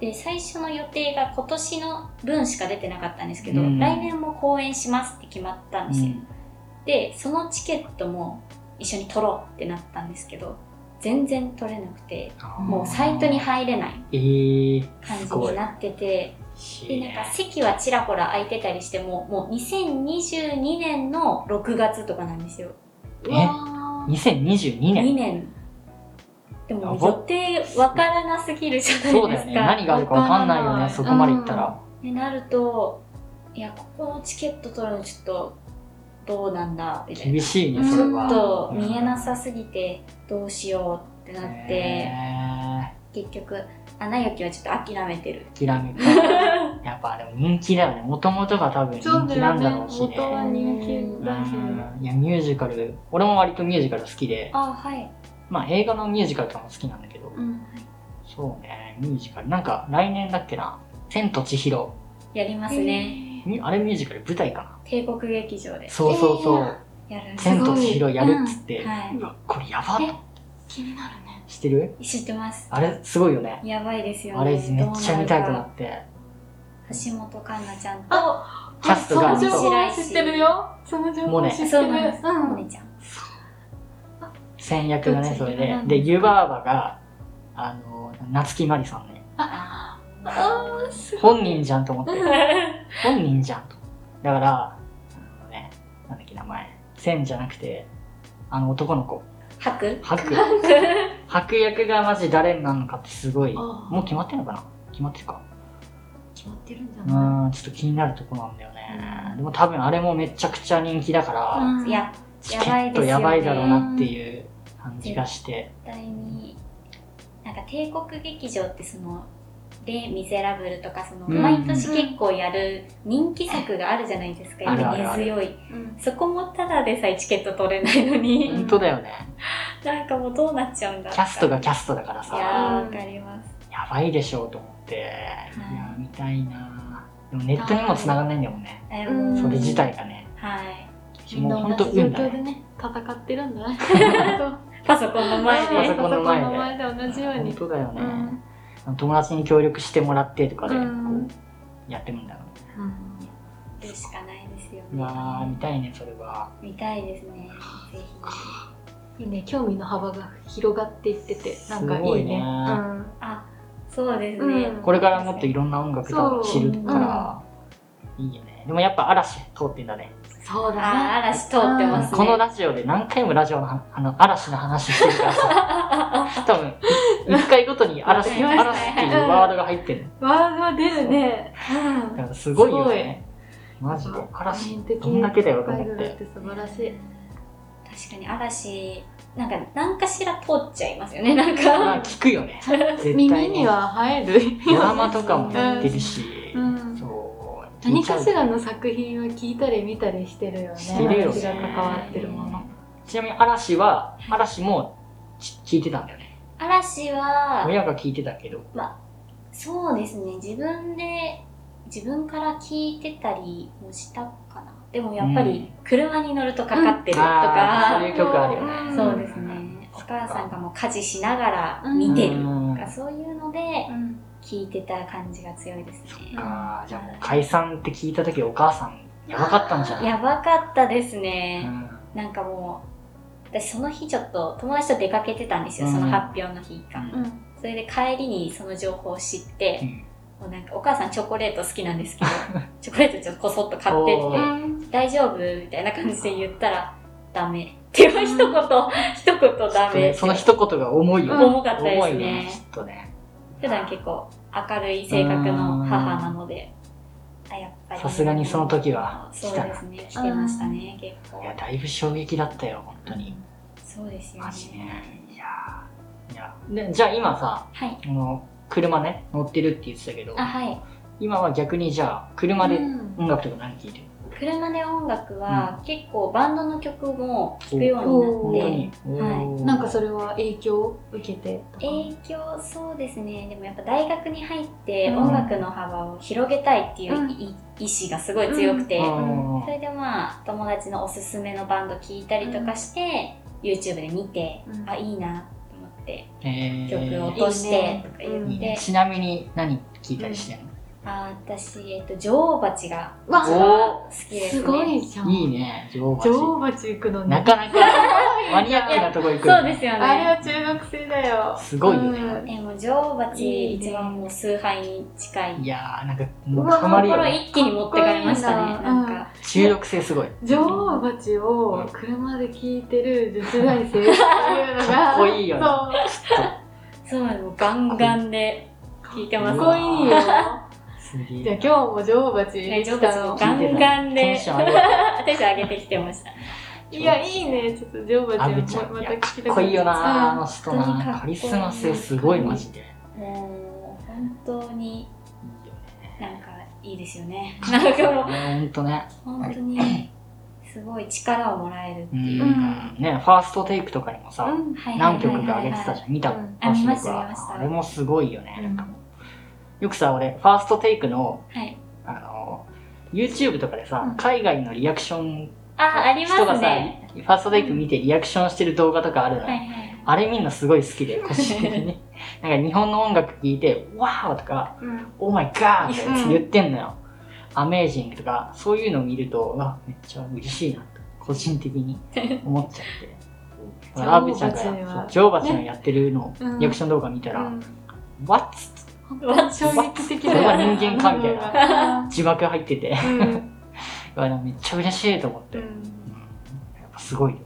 [SPEAKER 3] で最初の予定が今年の分しか出てなかったんですけど、
[SPEAKER 1] うん
[SPEAKER 3] 来年も公演しますって決まったんですよ、でそのチケットも一緒に取ろうってなったんですけど全然取れなくてもうサイトに入れない
[SPEAKER 1] えー、
[SPEAKER 3] 感じ
[SPEAKER 1] すご
[SPEAKER 3] に
[SPEAKER 1] い
[SPEAKER 3] なっててでなんか
[SPEAKER 1] へ
[SPEAKER 3] 席はちらほら空いてたりしてももう2022年の6月とかなんですよ
[SPEAKER 1] え
[SPEAKER 2] うわ
[SPEAKER 1] え2022
[SPEAKER 3] 2
[SPEAKER 1] 年
[SPEAKER 3] 年でも
[SPEAKER 1] やば
[SPEAKER 3] 予定わからなすぎるじゃないですか
[SPEAKER 1] そうだよね何があるかわかんないよ
[SPEAKER 2] わかんな
[SPEAKER 1] ね
[SPEAKER 2] い
[SPEAKER 1] そこまでいったら、
[SPEAKER 3] になるといやここのチケット取るのちょっとどうなんだみたいな
[SPEAKER 1] 厳
[SPEAKER 3] ち
[SPEAKER 1] しいねそれ
[SPEAKER 2] う
[SPEAKER 1] は
[SPEAKER 2] ん
[SPEAKER 1] ち
[SPEAKER 3] ょっと見えなさすぎてどうしようってなって結局「アナ雪」はちょっと諦めてる
[SPEAKER 1] 諦めた やっぱでも人気だよねもともとが多分
[SPEAKER 2] ーそう
[SPEAKER 1] 人
[SPEAKER 2] だ
[SPEAKER 1] 気な
[SPEAKER 2] よ
[SPEAKER 1] ん
[SPEAKER 2] ね
[SPEAKER 1] だろうしね
[SPEAKER 2] 元は人気だし
[SPEAKER 1] うんいやミュージカル俺も割とミュージカル好きで
[SPEAKER 3] あはい
[SPEAKER 1] まあ映画のミュージカルとかも好きなんだけど
[SPEAKER 2] うん
[SPEAKER 1] そうねミュージカルなんか来年だっけな「千と千尋
[SPEAKER 3] やりますね、
[SPEAKER 1] み」あれミュージカル舞台かな
[SPEAKER 3] 帝国劇場で
[SPEAKER 1] そうそうそう「
[SPEAKER 3] やるんです
[SPEAKER 2] え
[SPEAKER 1] 千と千尋」やるっつって、
[SPEAKER 3] は
[SPEAKER 1] うわこれやばっ
[SPEAKER 3] え
[SPEAKER 2] 気になるね
[SPEAKER 1] 知ってる
[SPEAKER 3] い知ってます
[SPEAKER 1] あれすごいよね
[SPEAKER 3] やばいですよね
[SPEAKER 1] あれめっちゃ見たく
[SPEAKER 3] どう
[SPEAKER 1] な
[SPEAKER 3] るか
[SPEAKER 1] って
[SPEAKER 3] 橋本環奈ちゃんと
[SPEAKER 2] あ
[SPEAKER 1] キャストが
[SPEAKER 2] その情
[SPEAKER 3] 面白い
[SPEAKER 2] 報
[SPEAKER 3] し
[SPEAKER 2] 知ってるよその情
[SPEAKER 1] もう
[SPEAKER 2] 報
[SPEAKER 1] ね
[SPEAKER 2] 知ってる
[SPEAKER 3] そうなんです、
[SPEAKER 2] うん
[SPEAKER 3] お姉ちゃん
[SPEAKER 1] 先役がねそれ
[SPEAKER 2] どっち
[SPEAKER 1] で
[SPEAKER 2] が
[SPEAKER 1] で湯婆婆があの夏木マリさんね
[SPEAKER 3] あ
[SPEAKER 2] あーすごい
[SPEAKER 1] 本人じゃんと思って
[SPEAKER 3] ー
[SPEAKER 1] 本人じゃんとだからあのねなんだっけ名前千じゃなくてあの男の子
[SPEAKER 3] 吐く
[SPEAKER 1] 白白役がマジ誰になるのかってすごい
[SPEAKER 2] あー
[SPEAKER 1] もう決まってんのかな決まってるか
[SPEAKER 2] 決まってるんじゃ
[SPEAKER 1] う
[SPEAKER 2] な
[SPEAKER 1] ーんちょっと気になるとこなんだよねでも多分あれもめちゃくちゃ人気だから、
[SPEAKER 2] うん
[SPEAKER 3] いや
[SPEAKER 1] チケットやばいだろうなっていう感じがして
[SPEAKER 3] 絶対になんか帝国劇場ってそのレ・ミゼラブル」とかその
[SPEAKER 1] うん
[SPEAKER 3] 毎年結構やる人気作があるじゃないですか、
[SPEAKER 1] ある
[SPEAKER 3] や
[SPEAKER 1] あ
[SPEAKER 3] っぱ
[SPEAKER 1] るあ
[SPEAKER 3] 根
[SPEAKER 1] る
[SPEAKER 3] 強いそこもただでさえチケット取れないのに、
[SPEAKER 2] うん
[SPEAKER 1] 本当だよね。
[SPEAKER 3] なんかもうどうなっちゃうんだ
[SPEAKER 1] キャストが
[SPEAKER 3] い
[SPEAKER 1] キャストだからさ、
[SPEAKER 3] や
[SPEAKER 1] や
[SPEAKER 3] ー
[SPEAKER 2] う
[SPEAKER 3] わ
[SPEAKER 2] ん
[SPEAKER 3] かります
[SPEAKER 1] ばいでしょうと思って、
[SPEAKER 3] はい
[SPEAKER 1] いや、見たいなでもネットにも繋がんないんだもんね。
[SPEAKER 3] え
[SPEAKER 2] うん
[SPEAKER 1] それ自体がね。
[SPEAKER 3] はい
[SPEAKER 2] み
[SPEAKER 1] も
[SPEAKER 2] ん
[SPEAKER 1] う
[SPEAKER 2] な
[SPEAKER 1] 本当
[SPEAKER 2] 同じ状
[SPEAKER 1] 運だ
[SPEAKER 2] 況で
[SPEAKER 1] ね。
[SPEAKER 2] ね戦ってるんだね
[SPEAKER 3] パソコンの 前
[SPEAKER 1] パソコンの前で
[SPEAKER 2] パソ
[SPEAKER 3] で
[SPEAKER 2] コンの前で同じよう
[SPEAKER 1] 本
[SPEAKER 2] に
[SPEAKER 1] 当だよね
[SPEAKER 2] う。ん
[SPEAKER 1] 友達に協力してもらってとかで、こ
[SPEAKER 2] うん
[SPEAKER 1] う、やってるんだろうね。
[SPEAKER 3] やるしかないですよ
[SPEAKER 1] うわー、見
[SPEAKER 3] ね
[SPEAKER 1] たいね、それは。
[SPEAKER 3] 見たいですねぜひ
[SPEAKER 2] いいね興味の幅が広がっていっててなんかい
[SPEAKER 1] すご
[SPEAKER 2] い
[SPEAKER 1] い
[SPEAKER 2] ね
[SPEAKER 1] ね
[SPEAKER 2] うん
[SPEAKER 3] あそうですね、
[SPEAKER 2] うん
[SPEAKER 1] これからもっといろんな音楽が知るから、いいよね。でもやっぱ嵐通ってんだね。
[SPEAKER 2] そうだ
[SPEAKER 3] あー
[SPEAKER 2] な
[SPEAKER 3] 嵐通ってますね
[SPEAKER 1] このラジオで何回もラジオのはあの嵐の話してるからさ 多分1回ごとに嵐
[SPEAKER 3] うん
[SPEAKER 1] 嵐っていうワードが入ってる
[SPEAKER 2] ワードが出るね
[SPEAKER 1] だからすごいよねマジで嵐
[SPEAKER 2] 個人的
[SPEAKER 1] どんだけだよと
[SPEAKER 2] アイ
[SPEAKER 1] 思
[SPEAKER 2] ド
[SPEAKER 1] っ
[SPEAKER 2] ルってて素晴らしい
[SPEAKER 3] 確かに嵐なんか何かしら通っちゃいますよねなん
[SPEAKER 1] ま
[SPEAKER 3] か
[SPEAKER 1] あ聞くよね絶対
[SPEAKER 2] 耳には入る
[SPEAKER 1] ドラマとかもやってるし、
[SPEAKER 2] うん
[SPEAKER 1] そう
[SPEAKER 2] 何かしらの
[SPEAKER 1] ち
[SPEAKER 2] 作品は聞いたり見たりしてるよね
[SPEAKER 1] してるよね
[SPEAKER 2] 私が関わってるもの
[SPEAKER 1] なみに嵐は嵐もち聞いてたんだよね
[SPEAKER 3] 嵐は
[SPEAKER 1] 親が聞いてたけど
[SPEAKER 3] そうですね自分で自分から聞いてたりもしたかなでもやっぱり車に乗るとかかってると
[SPEAKER 1] あー
[SPEAKER 3] か
[SPEAKER 1] そう、いう曲あるよね、
[SPEAKER 2] うん
[SPEAKER 3] そうですねお母さんがもう家事しながら見てるとかそういうので
[SPEAKER 2] うん
[SPEAKER 3] 聞いてた感じが強いですね
[SPEAKER 1] あーじゃあもう解散って聞いた時お母さんやばかったんじゃない
[SPEAKER 3] やばかったです
[SPEAKER 1] う
[SPEAKER 3] ね、
[SPEAKER 1] ん
[SPEAKER 3] なんかもう私その日ちょっと友達と出かけてたんですよ、
[SPEAKER 1] うん
[SPEAKER 3] その発表の日か、
[SPEAKER 2] うん
[SPEAKER 3] それで帰りにその情報を知って、
[SPEAKER 1] うん
[SPEAKER 3] もうなんかお母さんチョコレート好きなん ですけどチョコレートちょっとこそっと買って
[SPEAKER 1] お
[SPEAKER 3] っ
[SPEAKER 1] ー
[SPEAKER 3] て大丈夫みたいな感じで言ったら、ダメっていう一言、一言ダメ。
[SPEAKER 1] その一言が重いよ、ね
[SPEAKER 3] 重かったです
[SPEAKER 1] 重いね
[SPEAKER 3] ね。
[SPEAKER 1] きっとね
[SPEAKER 3] 普段結構明るい性格の母なので、あ、やっぱり。
[SPEAKER 1] さすがにその時は
[SPEAKER 3] そ
[SPEAKER 1] 来
[SPEAKER 3] う
[SPEAKER 1] た
[SPEAKER 3] で
[SPEAKER 1] な
[SPEAKER 3] すね、来てましたね、結構
[SPEAKER 1] い。やだいぶ衝撃だったよ本当に
[SPEAKER 3] そうですよ
[SPEAKER 1] マジね
[SPEAKER 3] ね。
[SPEAKER 1] いやーいやでじゃあ今さ
[SPEAKER 3] はい。
[SPEAKER 1] この車ね乗ってるって言ってたけど
[SPEAKER 3] あ、はい。
[SPEAKER 1] 今は逆にじゃあ車
[SPEAKER 2] う
[SPEAKER 1] で
[SPEAKER 2] ん
[SPEAKER 1] 音楽とか何聴いてる、
[SPEAKER 3] 車で音楽は、結構バンドの曲も聴くよ
[SPEAKER 2] う
[SPEAKER 3] うんに
[SPEAKER 1] 本当
[SPEAKER 3] なって、
[SPEAKER 1] に、おー
[SPEAKER 2] なんかそれは影響を受けてとか
[SPEAKER 3] 影響そうですねでもやっぱ大学に入って
[SPEAKER 2] うん
[SPEAKER 3] 音楽の幅を広げたいっていう
[SPEAKER 2] うん
[SPEAKER 3] い意志がすごい強くて、
[SPEAKER 1] うん
[SPEAKER 3] それでまあ友達のおすすめのバンド聴いたりとかして、YouTube で見て、
[SPEAKER 2] うん
[SPEAKER 3] あいいなと思って
[SPEAKER 1] え
[SPEAKER 3] 曲を
[SPEAKER 1] ー
[SPEAKER 3] 落としてとか
[SPEAKER 2] いいね
[SPEAKER 3] 言
[SPEAKER 2] う
[SPEAKER 3] っ
[SPEAKER 2] ん
[SPEAKER 3] て、
[SPEAKER 1] いいねちなみに何聴いたりしてんの、
[SPEAKER 3] あ私、えっと、女王蜂が
[SPEAKER 2] うわ
[SPEAKER 3] 一番好きです、
[SPEAKER 2] す
[SPEAKER 3] ね、
[SPEAKER 2] ごいじゃん
[SPEAKER 1] いいね女王
[SPEAKER 2] 女
[SPEAKER 1] 蜂
[SPEAKER 2] 王蜂行くの
[SPEAKER 1] な
[SPEAKER 2] ね
[SPEAKER 1] かなかマニアックなとこ行く
[SPEAKER 3] そう
[SPEAKER 1] よね
[SPEAKER 3] ですよ
[SPEAKER 2] あれ
[SPEAKER 3] ね
[SPEAKER 2] は中学生だよ
[SPEAKER 1] すごいよね
[SPEAKER 2] うん
[SPEAKER 3] えもう女王
[SPEAKER 2] い
[SPEAKER 3] 蜂
[SPEAKER 2] いね
[SPEAKER 3] 一番もう崇拝に近い
[SPEAKER 1] いやーなんか
[SPEAKER 2] う
[SPEAKER 1] もう
[SPEAKER 2] わ
[SPEAKER 1] ハマるよ
[SPEAKER 3] 心
[SPEAKER 1] ね
[SPEAKER 3] 一気に持ってかれました
[SPEAKER 2] か
[SPEAKER 3] ね
[SPEAKER 2] っこいいな
[SPEAKER 3] なんか、
[SPEAKER 2] うん
[SPEAKER 1] 中毒性すごい
[SPEAKER 2] 女王蜂を車で聴いてる女子大生っていうの が
[SPEAKER 1] かっこいいよね
[SPEAKER 3] そうなの、ガンガンで聞いて
[SPEAKER 2] そうか
[SPEAKER 3] ます。
[SPEAKER 2] っ
[SPEAKER 1] う
[SPEAKER 2] こ
[SPEAKER 1] わ
[SPEAKER 2] いいよ
[SPEAKER 1] すげ
[SPEAKER 2] じゃあ
[SPEAKER 1] え
[SPEAKER 2] 今日も女王蜂
[SPEAKER 3] ね、
[SPEAKER 2] 来
[SPEAKER 3] ジョブ
[SPEAKER 2] た
[SPEAKER 3] ズも
[SPEAKER 2] の
[SPEAKER 3] ガンガン
[SPEAKER 1] テン
[SPEAKER 3] で
[SPEAKER 1] シ、ョン上げて
[SPEAKER 3] テンション上げてきてました。
[SPEAKER 2] いやいいねちょっと女王
[SPEAKER 1] あ
[SPEAKER 2] 蜂
[SPEAKER 1] ぶちゃ
[SPEAKER 2] も
[SPEAKER 1] ん
[SPEAKER 2] ま
[SPEAKER 1] い
[SPEAKER 2] た
[SPEAKER 1] や
[SPEAKER 2] 聞
[SPEAKER 1] か
[SPEAKER 2] き
[SPEAKER 1] ったこいいよなあ
[SPEAKER 2] うん
[SPEAKER 1] の人なカリスマ性すごいマジでいい
[SPEAKER 3] もう、本当に、
[SPEAKER 1] よ
[SPEAKER 3] なんか、いいですよね。
[SPEAKER 1] ね
[SPEAKER 3] なんかもう、
[SPEAKER 1] ねほんとね
[SPEAKER 3] 本当に、すごい力をもらえるって
[SPEAKER 1] う
[SPEAKER 3] いう。
[SPEAKER 1] んねファーストテイクとかにもさ
[SPEAKER 2] うん
[SPEAKER 3] はいはいはいはい
[SPEAKER 1] 何曲か上げてたじゃん見た
[SPEAKER 2] うん
[SPEAKER 3] あ見ました
[SPEAKER 1] 僕は
[SPEAKER 3] 見ました
[SPEAKER 1] あれもすごいよね
[SPEAKER 2] うん
[SPEAKER 1] なんかもうよくさ俺ファーストテイクの
[SPEAKER 3] はい。
[SPEAKER 1] あの YouTube とかで
[SPEAKER 2] うん
[SPEAKER 1] さ海外のリアクション
[SPEAKER 3] あ、ありま
[SPEAKER 1] 人が
[SPEAKER 3] す
[SPEAKER 1] さ
[SPEAKER 3] ね。
[SPEAKER 1] ファーストテイク見てリアクションしてる動画とかあるのよ
[SPEAKER 3] はいはい。
[SPEAKER 1] あれみんなすごい好き で、個人的に。なんか日本の音楽聴いて、わーとか、
[SPEAKER 2] うん
[SPEAKER 1] オーマイガー
[SPEAKER 2] う
[SPEAKER 1] っ
[SPEAKER 2] ん
[SPEAKER 1] て言ってんのよ。アメージングとか、そういうのを見ると、うわ、めっちゃ嬉しいなと、個人的に思っちゃ って。
[SPEAKER 2] 女王
[SPEAKER 1] ラブちゃんが、
[SPEAKER 2] 蜂
[SPEAKER 1] そ
[SPEAKER 2] には
[SPEAKER 1] う女王バちゃんやってるの、
[SPEAKER 2] うん
[SPEAKER 1] リアクション動画見たら、わっつって
[SPEAKER 2] 本当に衝撃的だよね
[SPEAKER 1] これは人間かみたい
[SPEAKER 2] な
[SPEAKER 1] 字幕入って て、
[SPEAKER 2] うん
[SPEAKER 1] うわめっちゃ嬉しいと思って。
[SPEAKER 2] う
[SPEAKER 1] うん
[SPEAKER 2] ん
[SPEAKER 1] やっぱすごいよ。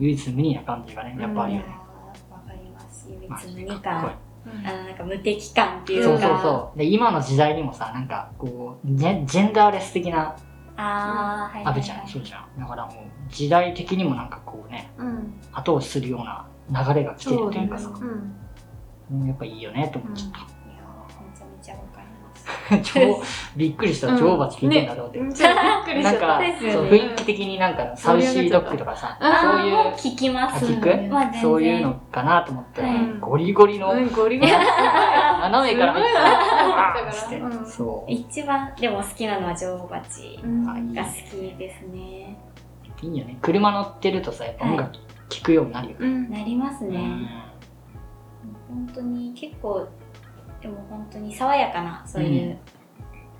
[SPEAKER 1] 唯一無二な感じがね、やっぱあ
[SPEAKER 3] い
[SPEAKER 1] る
[SPEAKER 3] や
[SPEAKER 1] よ
[SPEAKER 3] ー
[SPEAKER 1] ね。
[SPEAKER 3] わかります。唯
[SPEAKER 1] マジ
[SPEAKER 3] 一
[SPEAKER 1] で
[SPEAKER 3] 無
[SPEAKER 1] か
[SPEAKER 3] 二
[SPEAKER 1] っこいい
[SPEAKER 3] 感。あの、なんか無敵感っていう
[SPEAKER 1] そ
[SPEAKER 3] か。
[SPEAKER 1] うそうそう。で、今の時代にもさ、なんか、こう、ジェジェンダーレス的な
[SPEAKER 3] あー、はいはいはい。
[SPEAKER 1] 安倍ちゃん、そうじゃん。だからもう、時代的にもなんかこうね、
[SPEAKER 2] うん
[SPEAKER 1] 後押しするような流れが来て
[SPEAKER 2] そ
[SPEAKER 1] る
[SPEAKER 2] う
[SPEAKER 1] と
[SPEAKER 2] だ
[SPEAKER 1] い
[SPEAKER 2] ね
[SPEAKER 1] うかさ、
[SPEAKER 2] うん
[SPEAKER 1] うんやっぱいいよねと思っちゃった。
[SPEAKER 3] いやーめちゃめち
[SPEAKER 1] 超、びっくりした、女王蜂聞いてんだろうって。
[SPEAKER 2] ねちょっとびっくりし
[SPEAKER 1] なん
[SPEAKER 2] ちゃ
[SPEAKER 1] か
[SPEAKER 2] っ
[SPEAKER 3] です、
[SPEAKER 1] そ
[SPEAKER 3] よ
[SPEAKER 1] う
[SPEAKER 3] ね
[SPEAKER 1] 雰囲気的になんか、サウシードッグとかさ、
[SPEAKER 2] た。
[SPEAKER 1] そう
[SPEAKER 3] あ
[SPEAKER 1] い
[SPEAKER 3] ー
[SPEAKER 1] う
[SPEAKER 3] もう聞きます。
[SPEAKER 1] 聞く
[SPEAKER 3] まあ全然
[SPEAKER 1] そういうのかなと思ったら、
[SPEAKER 3] うん
[SPEAKER 1] ゴリゴリの
[SPEAKER 2] うん、ゴリゴリ。すごい。
[SPEAKER 1] 斜めから見て
[SPEAKER 2] すごいな
[SPEAKER 1] わーっつってそう。
[SPEAKER 3] 一番でも好きなのは女王蜂
[SPEAKER 2] うん
[SPEAKER 1] あいい
[SPEAKER 3] が好きですね。
[SPEAKER 1] いいよね。車乗ってるとさ、やっぱ音楽聴くようになるよね。
[SPEAKER 2] うん
[SPEAKER 3] なります
[SPEAKER 1] う
[SPEAKER 3] ね。
[SPEAKER 1] ん
[SPEAKER 3] 本当に結構でも本当に爽やかなそういうう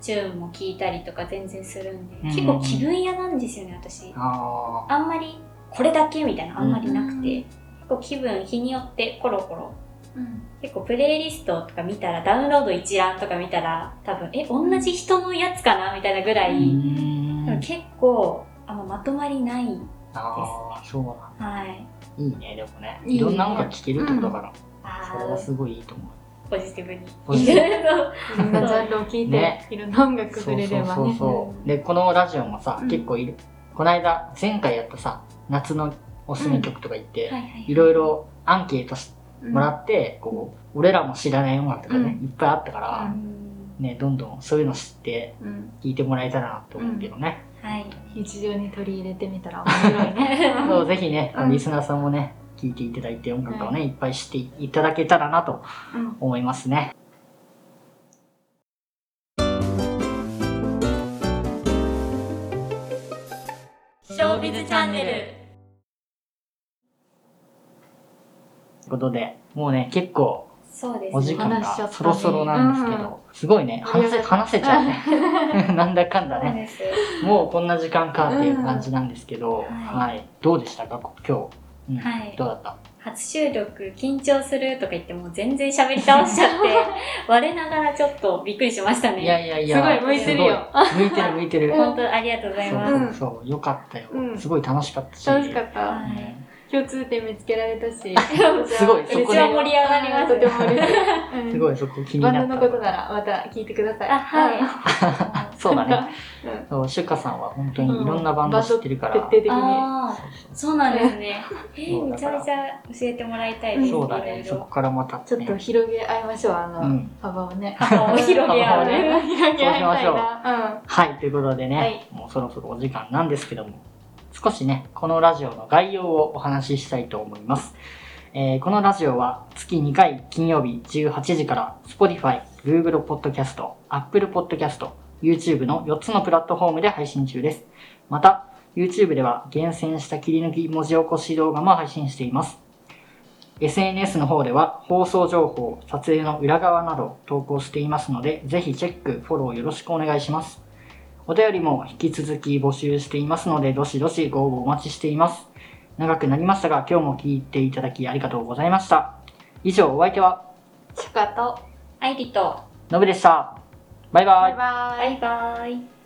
[SPEAKER 3] チューンも聞いたりとか全然するんで、
[SPEAKER 1] ん
[SPEAKER 3] 結構気分屋なんですよね私。
[SPEAKER 1] あ
[SPEAKER 3] あんまりこれだけみたいなのあんまりなくて、結構気分日によってコロコロ
[SPEAKER 2] うん
[SPEAKER 3] 結構プレイリストとか見たらダウンロード一覧とか見たら多分え同じ人のやつかなみたいなぐら
[SPEAKER 1] ー
[SPEAKER 3] い、
[SPEAKER 1] うん
[SPEAKER 3] でも結構あんままとまりない
[SPEAKER 1] あー、そうなんだ
[SPEAKER 3] はい
[SPEAKER 1] いいね、でもね。
[SPEAKER 2] いいね
[SPEAKER 1] いろんな音楽聴けるってことだから、それ
[SPEAKER 3] あ
[SPEAKER 1] は
[SPEAKER 3] ー
[SPEAKER 1] すごいいいと思う。
[SPEAKER 3] ポジティブに
[SPEAKER 1] ポジティ
[SPEAKER 2] い ろんなジャンルを聞いて
[SPEAKER 1] ね、
[SPEAKER 2] いろんな音楽
[SPEAKER 1] そ
[SPEAKER 2] 触
[SPEAKER 1] う
[SPEAKER 2] れ
[SPEAKER 1] そ
[SPEAKER 2] れ
[SPEAKER 1] う
[SPEAKER 2] ば
[SPEAKER 1] そ
[SPEAKER 2] ね
[SPEAKER 1] う。そううんでこのラジオもさ、
[SPEAKER 2] うん
[SPEAKER 1] 結構いるこの間前回やったさ夏のおすすめ曲とか言って、
[SPEAKER 3] はいはい
[SPEAKER 1] いろいろアンケートし
[SPEAKER 2] うん
[SPEAKER 1] もらって、こう俺らも知らない音楽とかね、いっぱいあったか
[SPEAKER 3] う
[SPEAKER 1] ら、
[SPEAKER 3] ん
[SPEAKER 1] ねどんどんそういうの知って
[SPEAKER 2] うん
[SPEAKER 1] 聴いてもらえたらなと思うけどね、
[SPEAKER 3] はい
[SPEAKER 2] 日常に取り入れてみたら面白いね。
[SPEAKER 1] そうぜひね、
[SPEAKER 2] うん
[SPEAKER 1] リスナーさんもね聴いていただいて音楽をね、いっぱい知っていただけたらなと
[SPEAKER 2] うん
[SPEAKER 1] 思いますね。
[SPEAKER 3] ショービズチャンネ
[SPEAKER 1] ということでもうね結構
[SPEAKER 3] ルそうですね
[SPEAKER 1] お時間
[SPEAKER 2] 話しちゃっ
[SPEAKER 1] が
[SPEAKER 2] たね
[SPEAKER 1] そろそろなんですけど、すごいね話せ話せちゃう ねなんだかんだ
[SPEAKER 3] そう
[SPEAKER 1] ね
[SPEAKER 3] です
[SPEAKER 1] もうこんな時間かっていう感じなんですけど、
[SPEAKER 3] うん
[SPEAKER 1] はい、どうでしたかこ今日、うん
[SPEAKER 3] はい
[SPEAKER 1] どうだった
[SPEAKER 3] 初収録緊張するとか言ってもう全然喋り倒しちゃって 我ながらちょっとびっくりしましたね
[SPEAKER 1] いやいやい
[SPEAKER 2] すご
[SPEAKER 1] や
[SPEAKER 2] い向いてるよ。
[SPEAKER 1] すごい向いてる向いて る
[SPEAKER 3] 本当ありがとうございます、
[SPEAKER 1] そうそうそうよかったよ、
[SPEAKER 2] うん
[SPEAKER 1] すごい楽しかったし
[SPEAKER 2] 楽しかった。
[SPEAKER 3] はい
[SPEAKER 2] 共通点見つけられたし。
[SPEAKER 1] すごいそこで
[SPEAKER 3] うちは盛り上がりま
[SPEAKER 2] と
[SPEAKER 3] す
[SPEAKER 2] ても嬉しい。うん
[SPEAKER 1] すごいそこ気に
[SPEAKER 2] バ
[SPEAKER 1] な
[SPEAKER 2] ン
[SPEAKER 1] った
[SPEAKER 2] ドのことならまた聞いてください。
[SPEAKER 3] あはい
[SPEAKER 2] うん
[SPEAKER 1] そうだね
[SPEAKER 2] うん
[SPEAKER 1] そうシュカさんは本当にいろんなバンド知ってるから、
[SPEAKER 2] 徹底的に。
[SPEAKER 3] あ
[SPEAKER 1] そうそう
[SPEAKER 3] あそうなんですねえ
[SPEAKER 1] そう
[SPEAKER 3] ー、めちゃめちゃ教えてもらいたいです
[SPEAKER 1] そうだね
[SPEAKER 3] い
[SPEAKER 1] そ
[SPEAKER 3] ろ
[SPEAKER 1] こからまた、ね、
[SPEAKER 2] ちょっと広げ合いましょう、あの、
[SPEAKER 1] うん
[SPEAKER 2] 幅をね。
[SPEAKER 3] 幅を広げ合うね
[SPEAKER 2] 幅をね広げ合いたいな。
[SPEAKER 1] はい、ということでね、
[SPEAKER 2] はい
[SPEAKER 1] もうそろそろお時間なんですけども、少しね、このラジオの概要をお話ししたいと思います。えーこのラジオは月2回金曜日18時から Spotify、Google Podcast、Apple Podcast、YouTube の4つのプラットフォームで配信中です。また、YouTube では厳選した切り抜き文字起こし動画も配信しています。SNS の方では放送情報、撮影の裏側など投稿していますので、ぜひチェック、フォローよろしくお願いします。お便りも引き続き募集していますので、どしどしご応募お待ちしています。長くなりましたが、今日も聞いていただきありがとうございました。以上、お相手は、
[SPEAKER 2] うん。シュカと、
[SPEAKER 3] アイリと
[SPEAKER 1] のぶでした。バイバイ
[SPEAKER 2] バイバイ
[SPEAKER 3] バイバイ